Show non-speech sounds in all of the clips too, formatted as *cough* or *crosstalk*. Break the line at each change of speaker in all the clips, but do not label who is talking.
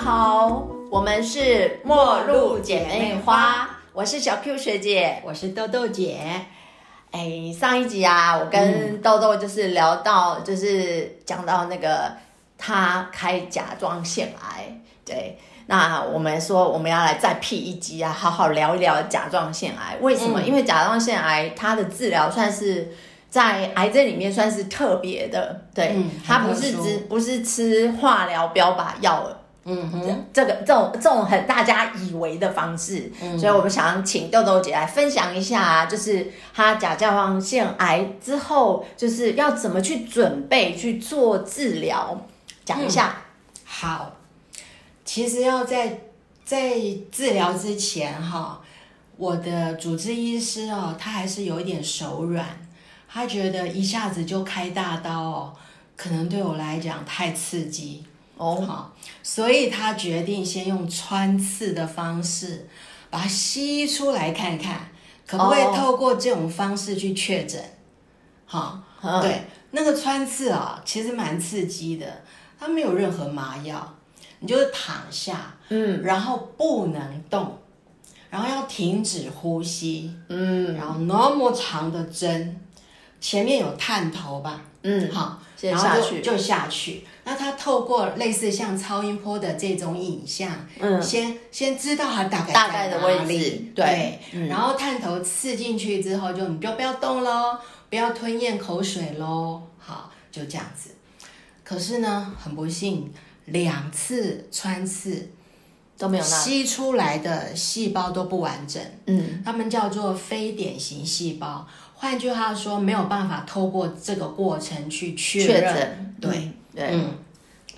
好，我们是
末路姐妹花，
我是小 Q 学姐。
我是豆豆姐，嗯
哎，上一集啊，我跟豆豆就是聊到，就是讲到那个他开甲状腺癌，对。那我们说我们要来再 P 一集啊，好好聊一聊甲状腺癌。为什么？
嗯
因为甲状腺癌它的治疗算是在癌症里面算是特别的，对，
嗯
它
很
不
特
是
殊
只不是吃化疗标靶药了。
嗯哼，
这个这种这种很大家以为的方式，
嗯
所以我们想请豆豆姐来分享一下、啊，就是她甲状腺癌之后，就是要怎么去准备去做治疗，讲一下。
好。其实要在在治疗之前哈，我的主治医师哦，他还是有一点手软，他觉得一下子就开大刀哦，可能对我来讲太刺激，
哦，
好，所以他决定先用穿刺的方式把它吸出来看看，可不可以
哦
透过这种方式去确诊？好、
嗯
对，那个穿刺啊，其实蛮刺激的，它没有任何麻药，你就是躺下，嗯，然后不能动，然后要停止呼吸，嗯，然后那么长的针，前面有探头吧，
嗯，
好，
先
然后
下去
就就下去。那他透过类似像超音波的这种影像，嗯，先先知道它大概
大概
在
的位
哪
置
里
对嗯
对，然后探头刺进去之后，就你就不要动喽，不要吞咽口水喽，好，就这样子。可是呢，很不幸，两次穿刺
都没有那，
吸出来的细胞都不完整，
嗯，
它们叫做非典型细胞。换句话说，没有办法透过这个过程去确
确
认。
诊，
对，
嗯对，
嗯，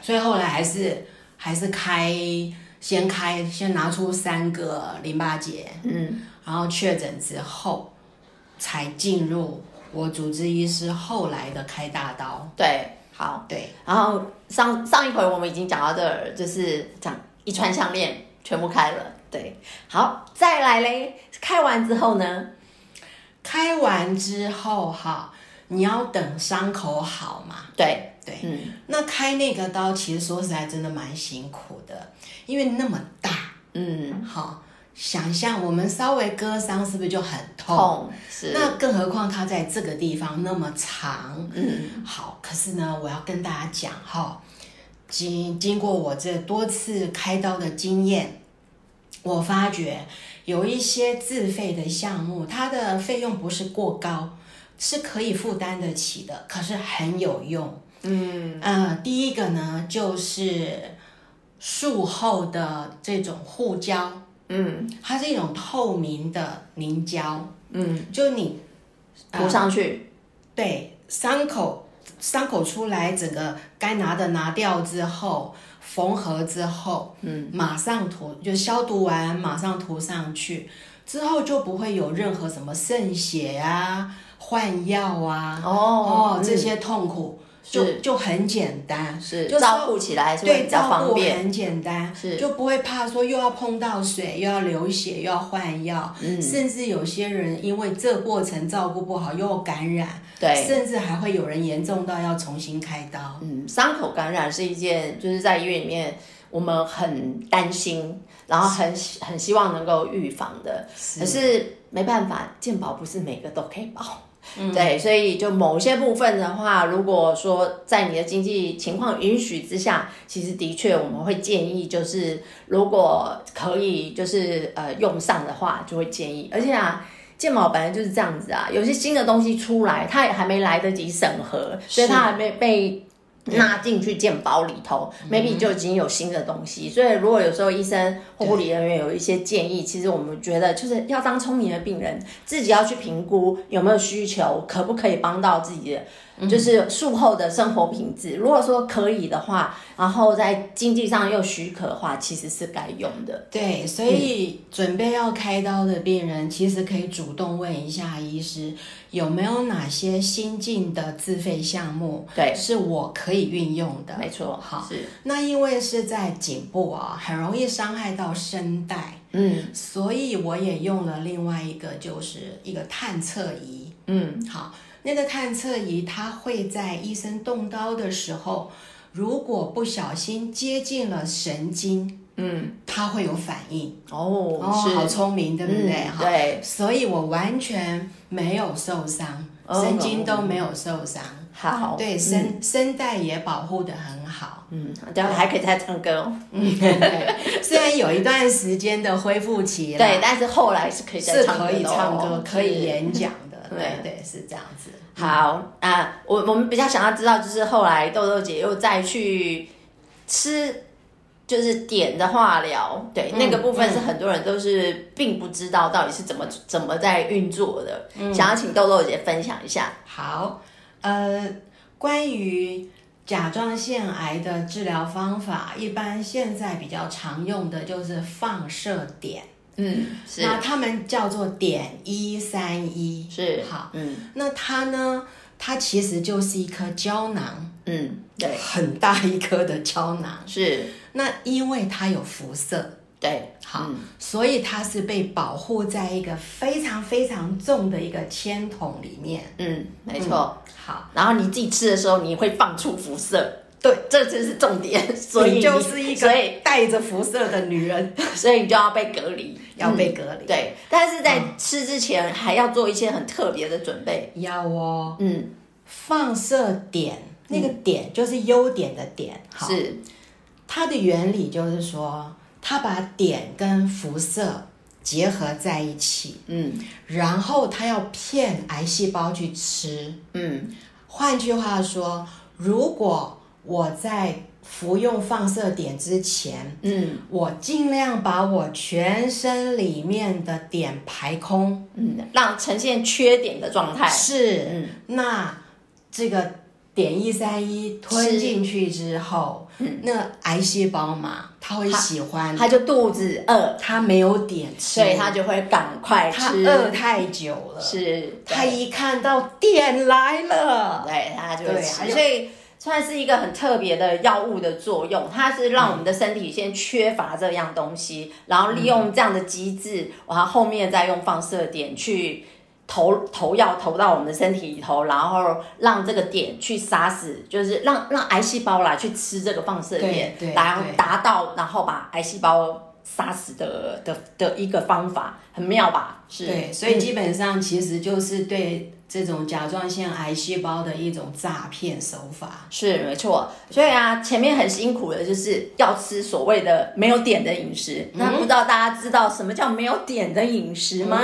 所以后来还是还是开先开先拿出三个淋巴结，
嗯，
然后确诊之后才进入我主治医师后来的开大刀。
对，好。
对，
然后上上一回我们已经讲到这儿，就是讲一串项链全部开了，对，好，再来嘞，开完之后呢，
开完之后哈，你要等伤口好嘛，
对，
对，
嗯
那开那个刀其实说实在真的蛮辛苦的，因为那么大，
嗯，
好，想象我们稍微割伤是不是就很痛？
痛是，
那更何况它在这个地方那么长，
嗯，
好，可是呢，我要跟大家讲哈，经经过我这多次开刀的经验，我发觉有一些自费的项目，它的费用不是过高，是可以负担得起的，可是很有用。嗯，呃，第一个呢就是术后的这种护胶，
嗯
它是一种透明的凝胶，
嗯，
就你
涂上去，
对伤口伤口出来，整个该拿的拿掉之后，缝合之后，嗯，马上涂就消毒完，马上涂上去，之后就不会有任何什么渗血啊、换药啊，
哦
这些痛苦就是就很简单，
是
就
照顾起来是会
对，
比较
照
方
顾
便，
很简单，
是
就不会怕说又要碰到水，又要流血，又要换药，
嗯
甚至有些人因为这过程照顾不好又感染，
对。
甚至还会有人严重到要重新开刀。
嗯，伤口感染是一件，就是在医院里面我们很担心，然后很很希望能够预防的，可是没办法，健保不是每个都可以保。对，所以就某些部分的话，如果说在你的经济情况允许之下，其实的确我们会建议，就是如果可以，就是呃用上的话，就会建议。而且啊，健保本来就是这样子啊，有些新的东西出来，它也还没来得及审核，所以它还没被 *laughs* 纳进去健保里头、m
嗯
a y b e 就已经有新的东西。所以如果有时候医生或护理人员有一些建
嗯
议，其实我们觉得就是要当聪明的病人，自己要去评估有没有需求，可不可以帮到自己的。
嗯
就是术后的生活品质，如果说可以的话，然后在经济上又许可的话，其实是该用的。
对，所以准备要开刀的病人，其实可以主动问一下医师，有没有哪些新进的自费项目，
对，
是我可以运用的。
没错，
好，
是，
那因为是在颈部啊，很容易伤害到声带。
嗯
所以我也用了另外一个，就是一个探测仪。
嗯，
好，那个探测仪它会在医生动刀的时候，如果不小心接近了神经，
嗯，
它会有反应。
哦，
哦，
是，
好聪明，对不对？
嗯
哈
对，
所以我完全没有受伤，
哦
神经都没有受伤，
好，
对，声声带也保护的很好。 *laughs*
嗯，然后还可以再唱歌哦，
对，虽然有一段时间的恢复期啦，
对，但是后来是可以再
是
唱歌的哦
可以唱歌、可以
是
演讲的，对
嗯
对，是这样子。
好啊，我我们比较想要知道，就是后来豆豆姐又再去吃，就是点的化疗，对、
嗯
那个部分是很多人都是并不知道到底是怎么怎么在运作的，
嗯
想要请豆豆姐分享一下。
好，呃，关于甲状腺癌的治疗方法，一般现在比较常用的就是放射点，
嗯，是
那他们叫做点一三一。
是
好，
嗯
那它呢？它其实就是一颗胶囊，
嗯，对，
很大一颗的胶囊。
是，
那因为它有辐射，
对，
好，
嗯
所以它是被保护在一个非常非常重的一个铅筒里面。
嗯，没错。
好，
然后你自己吃的时候，你会放出辐射，
对，
这就是重
*laughs*
点。所以
你
你
就是一
所以嗯
个带着辐射的女人，
所以你就要被隔离，
要被隔离。嗯
对，但是在吃之前还要做一些很特别的准备。
要哦，
嗯，
放射点那个点就是优点的点，
嗯
好，
是，
它的原理就是说，它把点跟辐射结合在一起，
嗯
然后它要骗癌细胞去吃。
嗯
换句话说，如果我在服用放射点之前，
嗯
我尽量把我全身里面的点排空。
嗯，让呈现缺点的状态。
是，
嗯
那这个碘一三一吞进去之后，那癌细胞嘛，它会喜欢，
他就肚子饿，
它没有点吃，
所以他就会赶快
它
吃。
饿太久了，
是，
它
对
一看到碘来了，
对，他就会
对
吃，
它就
所以。算是一个很特别的药物的作用，它是让我们的身体先缺乏这样东西，然后利
嗯
用这样的机制，然后后面再用放射点去投投药投到我们的身体里头，然后让这个点去杀死，就是让让癌细胞来去吃这个放射点
对，对
然后
对
达到然后把癌细胞杀死的的的一个方法，很妙吧？是，
对，所以基本上其实就是对这种甲状腺癌细胞的一种诈骗手法。
是没错，所以啊，前面很辛苦的就是要吃所谓的没有点的饮食。
嗯
那不知道大家知道什么叫没有点的饮食吗？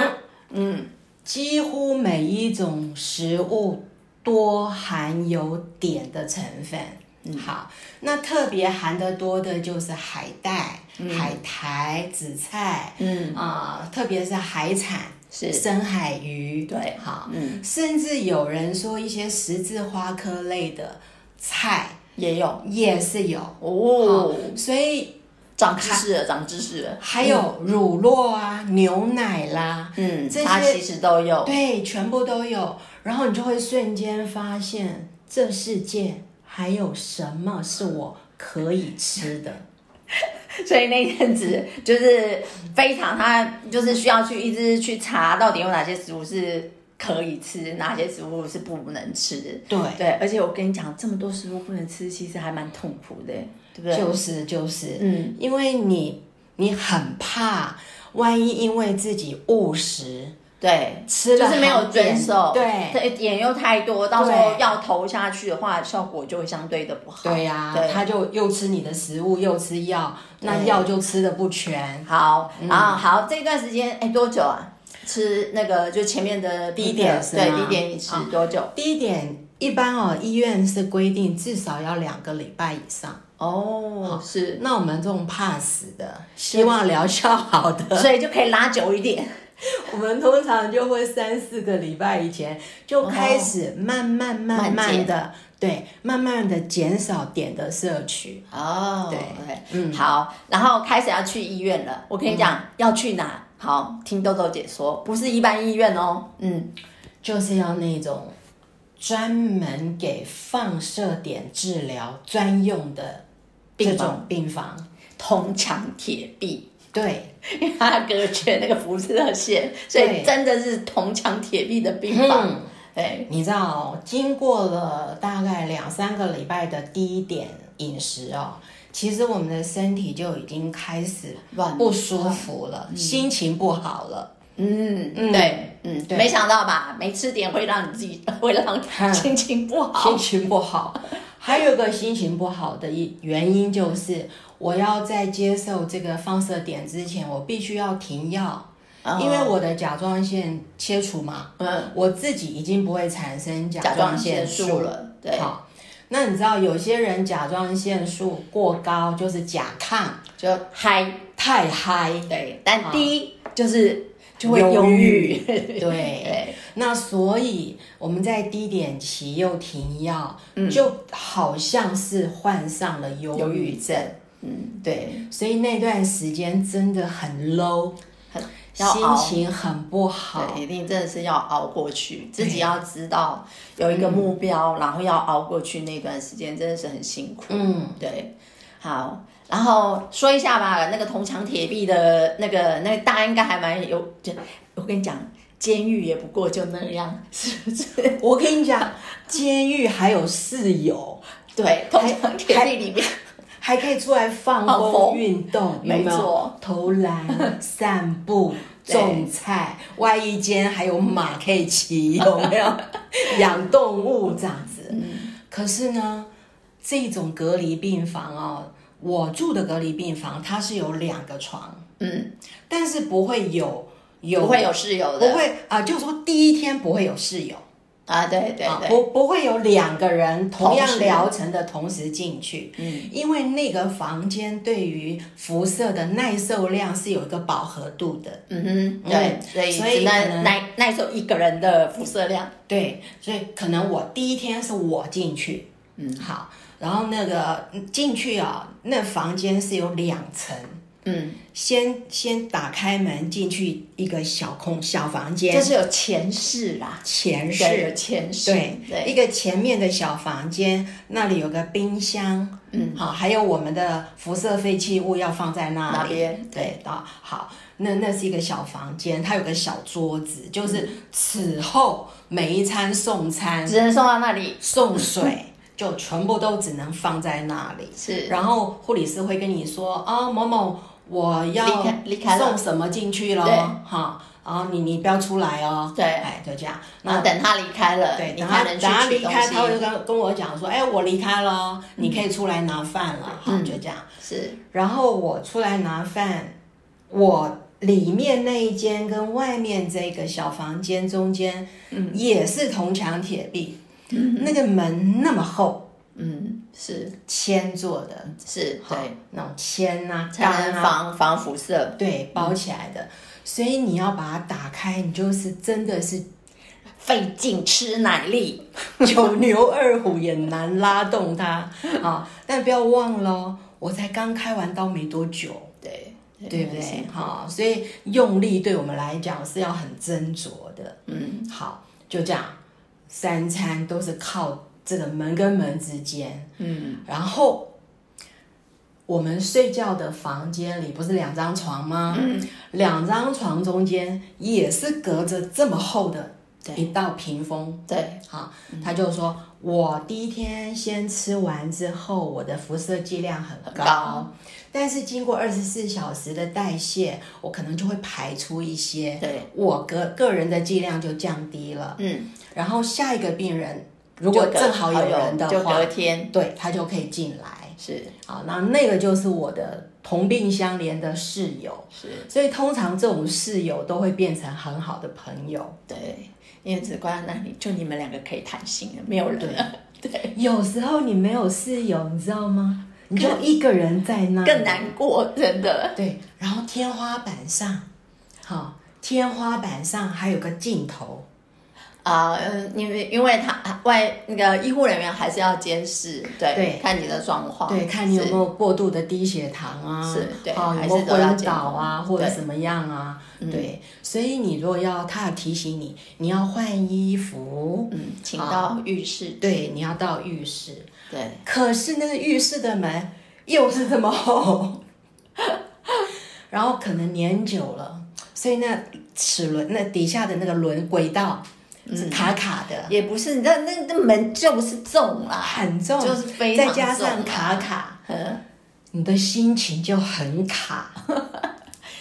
几乎每一种食物多含有碘的成分。好，那特别含的多的就是海带、海苔、紫菜，嗯啊、特别是海产，
是
深海鱼，
对
好，
嗯，
甚至有人说一些十字花科类的菜
也有
也是有，
哦，
所以
长知识了，长知识了。
还有乳酪啊、牛奶啦，
嗯，
这
它
些
其实都有。
对，全部都有。然后你就会瞬间发现，这世界还有什么是我可以吃的？
*laughs* *laughs* 所以那一阵子就是非常，他就是需要去一直去查到底有哪些食物是可以吃，哪些食物是不能吃。
对，
对，而且我跟你讲，这么多食物不能吃，其实还蛮痛苦的，对不对？
就是就是，
嗯，
因为你你很怕，万一因为自己误食，
对，
吃了
就是没有
很点
遵守，
对
对，点又太多，到时候
对
要投下去的话，效果就会相对的不好。
对呀、
对
他就又吃你的食物，又吃药，那
对
药就吃的不全。
好，
嗯
然后好，这段时间哎多久啊？吃那个就前面的
低点是吗啊
对，低点饮食多久？
第一点，一般哦，医院是规定至少要两个礼拜以上。
哦，是，
那我们这种怕死的，希望疗效
*laughs*
好的，
所以就可以拉久一点。
我们通常就会三四个礼拜以前就开始慢慢慢慢的，对，慢慢的减少碘的摄取。
哦，
对
嗯，好，然后开始要去医院了。我跟你
嗯
讲，要去哪？好，听豆豆姐说，不是一般医院哦，嗯，
就是要那种专门给放射碘治疗专用的这
病房
种病房。
铜墙铁壁。
对，
因为他隔绝那个辐射线，所以
对嗯
真的是铜墙铁壁的病房。对，
你知道、哦，经过了大概两三个礼拜的低碘饮食哦，其实我们的身体就已经开始
乱
不舒服了，心情不好
*laughs*
了。
嗯，
嗯
对，嗯，
对
没想到吧？没吃点会让你自己 *laughs* 会让心情不
*laughs*
好。
心情不好。还有一个心情不好的一原因就是，我要在接受这个放射点之前，我必须要停药，因为我的甲状腺切除嘛，
哦嗯，
我自己已经不会产生
甲
甲
状
状
腺
腺
素
素。
了，对，
好，那你知道有些人甲状腺素过高就是甲亢，
就嗨，
太嗨，
*laughs* 对，但
好
第一就是就会
忧
忧
郁
郁，
对。 *laughs*
对，
那所以我们在低点期又停药，就好像是患上了忧
忧
郁
郁
症。
嗯，
对，所以那段时间真的很 low，
很要
心
熬。
情很
*laughs*
不好。
对，一定真的是要熬过去，自己
对
要知道有一个目标，然后要熬过去那段时间，真的是很辛苦。
嗯，
对，好，然后说一下吧，那个铜墙铁壁的那个，那个、大家应该还蛮有，就我跟你讲，监狱也不过就那样，是不是？
我跟你讲，监狱还有室友，
对，铜墙铁壁里面，
还可以出来放
放
风
风
运动，有
没
有
错，
投
*laughs*
篮、散步、
对
种菜，外衣间还有马可以骑，有没
*laughs*
有？养动物这样子。
嗯
可是呢，这种隔离病房哦，我住的隔离病房它是有两个床，
嗯，
但是不会有有
不会有室友
不
的，
会啊、就是说第一天不会有室友，
啊，对对
啊，
对，
不不会有两个人同
同
样
时
疗程的同时进去，嗯，因为那个房间对于辐射的耐受量是有一个饱和度的，
嗯哼，对，所以
所以
只
可能
能耐耐受一个人的辐射量，
对，所以可能我第一天是我进去，嗯，好，然后那个嗯进去啊、那房间是有两层。
嗯，
先先打开门进去一个小空小房
就
间，
是有前世啦，
前
对
室
有前世，
对，一
对，
个前面的小房间，那里有个冰箱，嗯，好，还有我们的辐射废弃物要放在那里。
哪边
对，啊，好，那那是一个小房间，它有个小桌子，
嗯
就是此后每一餐送餐、
只能送到那里，*laughs*
送水，就全部都只能放在那里。
是
然后护理师会跟你说啊，某某，我要
离开离开了
送什么进去咯，
对
哈，然后你你不要出来哦，
对
哎，就这样。
然
那
后等他离开了，
对，
呃你
等
才
他
能去
等他
取
离
东
开，
西嗯
他会跟跟我讲说，哎，我离开了，你可以出来拿饭了，哈，就这样。
是，
然后我出来拿饭，我里面那一间跟外面这个小房间中间，
嗯
也是铜墙铁壁，那个门那么厚，
嗯，是
铅做的，
是，
好
对，，
那种铅啊，
才
钢
能
啊，
防防辐射，
对，包起来的。所以你要把它打开，你就是真的是
费劲吃奶力，
*laughs* 九牛二虎也难拉动 *laughs* 它啊！但不要忘了哦，我才刚开完刀没多久，
对
对不
是
对？哈、所以用力对我们来讲是要很斟酌的。嗯，好，就这样，三餐都是靠这个门跟门之间。嗯，然后我们睡觉的房间里不是两张床吗？嗯，两张床中间也是隔着这么厚的一道屏风。
对，嗯
好，他就说，我第一天先吃完之后，我的辐射剂量很
很
高，
高
但是经过二十四小时的代谢，我可能就会排出一些，
对，
我个个人的剂量就降低了。
嗯，
然后下一个病人如果
就隔
正好有人的
就
话
隔，天
对他就可以进来。
是
好，那那个就是我的同病相怜的室友，
是，
所以通常这种室友都会变成很好的朋友。
对，因为只关在那里，就你们两个可以谈心了，没有 *laughs* 人了，
有时候你没有室友，你知道吗？你就一个人在那，
更。难过，真的，
对，然后天花板上，好、天花板上还有个镜头，
啊，嗯因为因为他外那个医护人员还是要监视，
对
对，看你的状况，
对，看你有
是
没有过度的低血糖啊，
是对
啊、
还
有
是
没有
都要
昏
检
倒啊，或者
对
怎么样啊，对，所以你如果要，他有提醒你，你要换衣服，
嗯，请
啊
到浴室，
对，你要到浴室，
对，
可是那个浴室的门又是这么厚， *laughs* 然后可能年久了，所以那齿轮那底下的那个轮轨道是卡卡的，
也不是，你知道那那门就是重啦，
很重，啊
就是非常
再
重
加上卡
啦，
卡，
嗯
你的心情就很卡。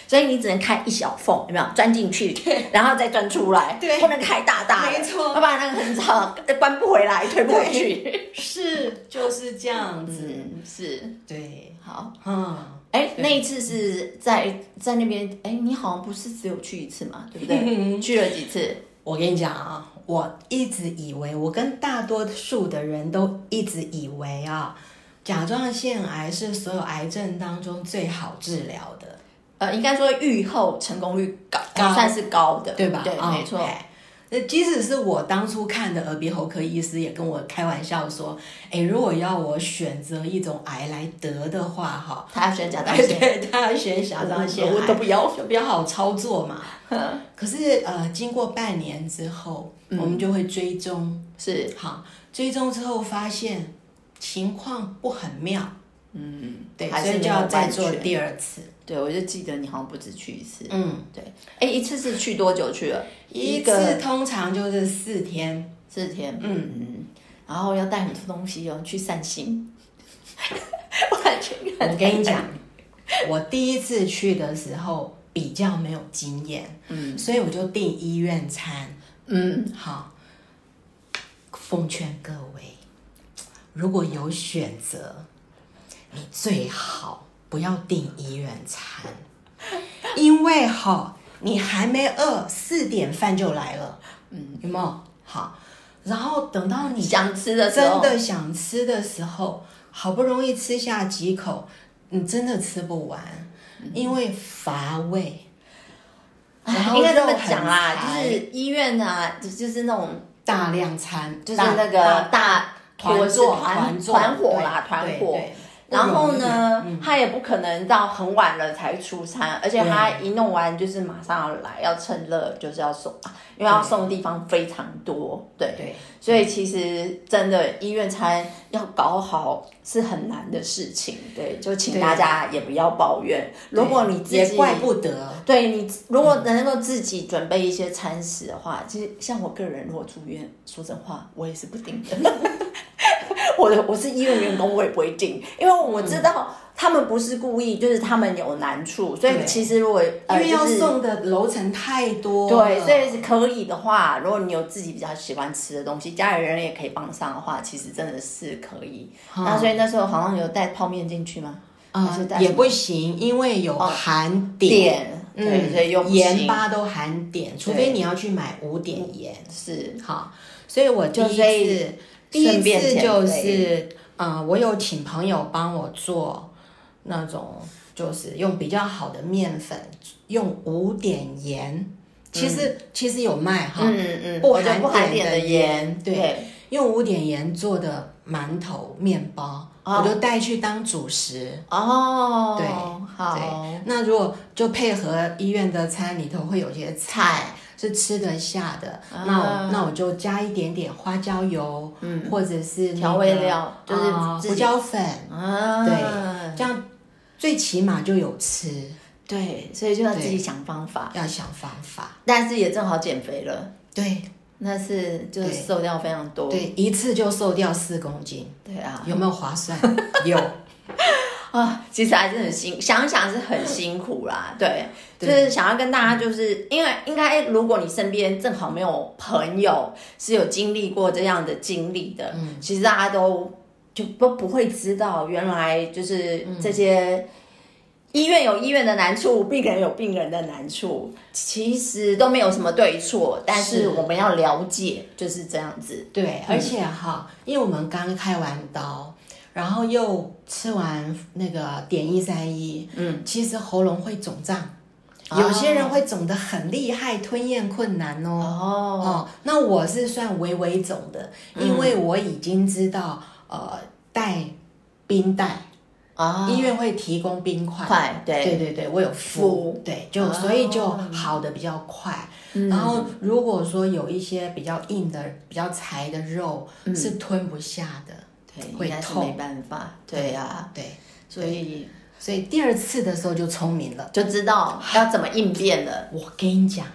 所以你只能开一小缝，有没有钻进去，然后再钻出来，
对
不能开大大的，
没错
要不然那个很吵，关不回来，推不回
*laughs*
去。
是，就是这样子。
嗯，是
对，
好。
嗯，
哎，
对
那一次是在在那边，哎，你好像不是只有去一次嘛，对不
*laughs*
对？去了几次？
我跟你讲啊，我一直以为，我跟大多数的人都一直以为啊，甲状腺癌是所有癌症当中最好治疗的。
呃，应该说愈后成功率高，
高
算是高的，
对吧？
对，
啊
没错。
哎那即使是我当初看的耳鼻喉科医师也跟我开玩笑说，哎，如果要我选择一种癌来得的话，哈，
他要选甲
*laughs*
状腺，
对，他要选甲状腺
我
癌
都不要。
就比较好操作
*laughs*
嘛。可是呃，经过半年之后，
嗯
我们就会追踪，
是，
好，追踪之后发现情况不很妙，
嗯，
对，
还
所
是
以
没
就
有
要再
完
做
全
第二次。
对，我就记得你好像不止去一次。
嗯，
对，哎，一次是去多久去了？
一
个
次通常就是四天，
四天。
嗯
嗯，然后要带很多东西哦，去散心。 *laughs* 完全看
我跟你讲， *laughs* 我第一次去的时候比较没有经验，
嗯
所以我就订医院餐。
嗯，
好，奉劝各位，如果有选择，你最好不要订医院餐， *laughs* 因为哈，你还没饿，四点饭就来了，嗯，有没有？好，然后等到你
想吃的时候
真，的想吃的时候，好不容易吃下几口，你真的吃不完，
嗯
因为乏味。
哎
然后
应该这
肉
么
很
讲啦，就
柴
是医院啊，就就是那种
大量餐，
就是
大
那个大
团
我是
坐
团
坐
团伙啦
对
团
对
伙
对
然后
不容易
呢，他也不可能到很晚了才出餐，而且他一弄完就是马上要来，要趁热就是要送，因为要送的地方非常多，对，
对，
所以其实真的医院餐要搞好是很难的事情，对，就请
对
大家也不要抱怨，如果你自
也
己。
怪不得，
对你，如果
嗯
能够自己准备一些餐食的话，其实像我个人，如果住院，说真话，我也是不订的。 *laughs* 我的我是医院员工，我也不会订，因为我
嗯
知道他们不是故意，就是他们有难处，所以
对
其实如果
因
呃
为要
就是
送的楼层太多了，
对，所以可以的话，如果你有自己比较喜欢吃的东西，家里人也可以帮上的话，其实真的是可以。那所以那时候好像有带泡面进去吗？还是带哦
呃
什
也
么
不行，因为有含碘，
点，对，所以又不
嗯，
行
盐巴都含碘，除非你要去买无碘盐。
是
好，所以我第
就所
一
以
次，第一
顺便
次
减
就
肥
是，呃，我有请朋友帮我做那种，就是用比较好的面粉，用无碘盐，其实、其实有卖哈，
嗯嗯，
不
我就不含
含
碘
碘
的
的
盐，
对，用无碘盐做的馒头、面包，
哦
我就带去当主食。
哦，
对
好，
那如果就配合医院的餐里头会有些菜是吃得下的，
啊
那我那我就加一点点花椒油，嗯，或者是那个
调味料就是
啊
自己
胡椒粉，
啊，
对这样最起码就有吃，
对，所以就要自己
对
想方法，
要想方法。
但是也正好减肥了，
对
那是就是
对
瘦掉非常多，
对，一次就瘦掉四公斤，
对啊，
有没有划算？有，
啊，其实还是很辛，想想是很辛苦
*laughs*
啦。对，
对
就是想要跟大家，就是因为应该，如果你身边正好没有朋友是有经历过这样的经历的，
嗯
其实大家都就都不会知道，原来就是
嗯
这些。医院有医院的难处，病人有病人的难处，其实都没有什么对错，但是
是
我们要了解就是这样子。
对，而且哈，因为我们刚开完刀，然后又吃完那个碘一三一，嗯，其实喉咙会肿胀，
哦
有些人会肿得很厉害，吞咽困难哦。
哦，
哦，那我是算微微肿的，因为我已经知道，呃，带冰袋，
啊，
医院会提供冰块。
快
哦对
对，
对对，我有敷，对，就、
哦
所以就好的比较快。
嗯
然后如果说有一些比较硬的、比较柴的肉、
嗯
是吞不下的，
对，
会
应该是
痛
没办法，对啊呀、
对，
所以
所以第二次的时候就聪明了。
就知道要怎么应变了。
我跟你讲，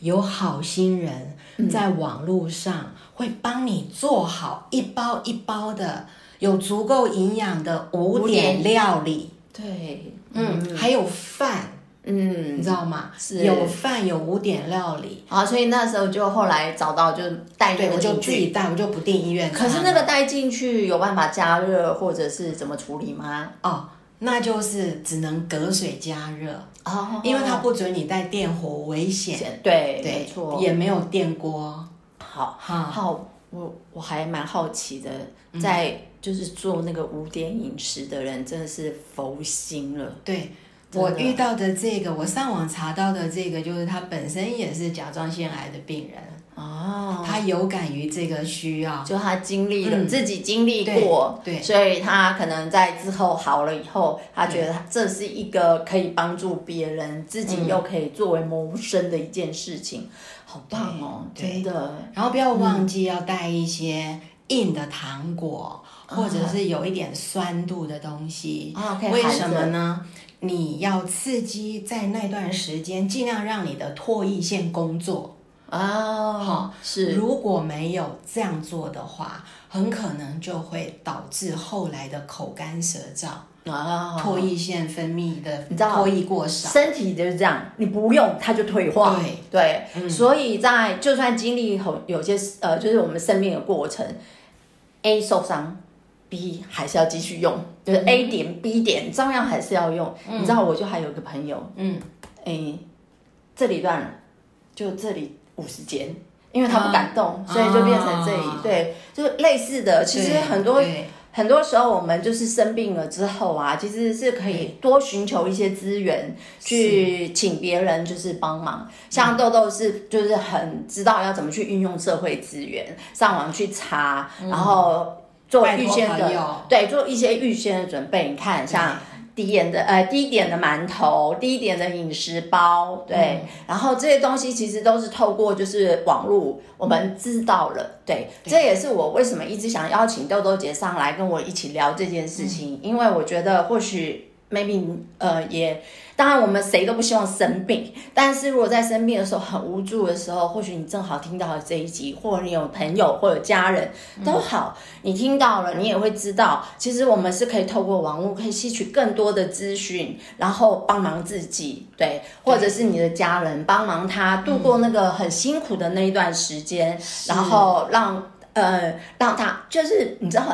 有好心人
嗯
在网络上会帮你做好一包一包的有足够营养的五
五点
点料理，
对，
嗯，还有饭，
嗯
你，知道吗？
是
有饭有五点料理，
好，所以那时候就后来找到就带那
对，
个
我就
进
自
去。
己带，我就不订医院餐。啊
可是那个带进去有办法加热或者是怎么处理吗？
哦，那就是只能隔水加热，
哦
因为它不准你带电火，危险。
对
对，
没错，
也没有电锅。
好
哈
好，我我还蛮好奇的，
嗯
在就是做那个五点饮食的人真的是佛心了，
对
真
我
的
遇到的这个，我上网查到的这个，就是他本身也是甲状腺癌的病人，
哦，
他有感于这个需要。
就他经历了、
嗯
自己经历过，
对对
所以他可能在之后好了以后，他觉得他这是一个可以帮助别人，自己又可以作为谋生的一件事情，好棒哦，
嗯
真
对
的，
然后不要忘记要带一些硬的糖果，或者是有一点酸度的东西。
啊可以
为
含
什
着
么呢？你要刺激在那段时间，尽量让你的唾液腺工作。
哦，
好
是
如果没有这样做的话，很可能就会导致后来的口干舌燥。
啊，
唾液腺分泌的
你知道
唾液过少，
身体就是这样，你不用它就退化。嗯
对
对，所以在就算经历很有些呃，就是我们生命的过程，A 受伤，B 还是要继续用，就是 A 点 B 点照样还是要用。你知道，我就还有一个朋友，
嗯，
诶，这里断了，就这里五十间。因为他不敢动，
啊
所以就变成这里。
啊
对，就是类似的。其实
对
很多
对
很多时候，我们就是生病了之后啊，其实是可以多寻求一些资源，去请别人就是帮忙。
嗯
像豆豆是就是很知道要怎么去运用社会资源，上网去查，然后做
嗯拜托
预先
朋友
的对，做一些预先的准备。你看，像低盐的呃低点的馒头，低点的饮食包，对，然后这些东西其实都是透过就是网络我们知道了，对，这也是我为什么一直想邀请豆豆姐上来跟我一起聊这件事情，因为我觉得或许 maybe 呃也。当然，我们谁都不希望生病，但是如果在生病的时候很无助的时候，或许你正好听到了这一集，或者你有朋友或者家人都好，你听到了，你也会知道，其实我们是可以透过网络可以吸取更多的资讯，然后帮忙自己，对，或者是你的家人帮忙他度过那个很辛苦的那一段时间，然后让呃让他就是你知道。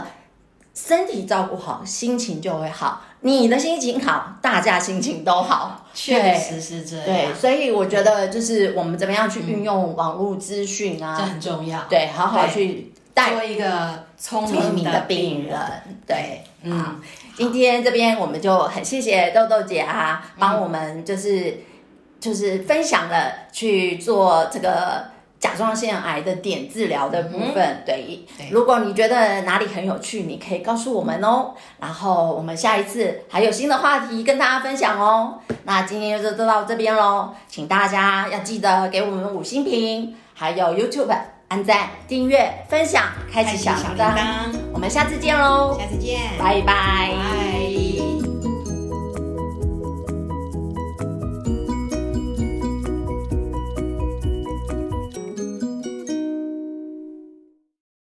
身体照顾好，心情就会好。你的心情好，大家心情都好。
确实是这
对，
样，
所以我觉得就是我们怎么样去运用网络资讯
这
啊，
很重要。
对，好好去带
做一个聪
聪
明
明
的
的
病
病
人
人。。对，好
嗯，，
今天这边我们就很谢谢豆豆姐啊，帮我们就是就是分享了去做这个。甲状腺癌的点治疗的部分，嗯对，
对
如果你觉得哪里很有趣，你可以告诉我们哦。然后我们下一次还有新的话题跟大家分享哦。那今天就到这边喽，请大家要记得给我们五星评，还有 YouTube 按赞、订阅、分享、开
开
启
启
小
小
铃
铃
铛。
铛，
我们下次见喽，
下次见，
拜拜。
拜。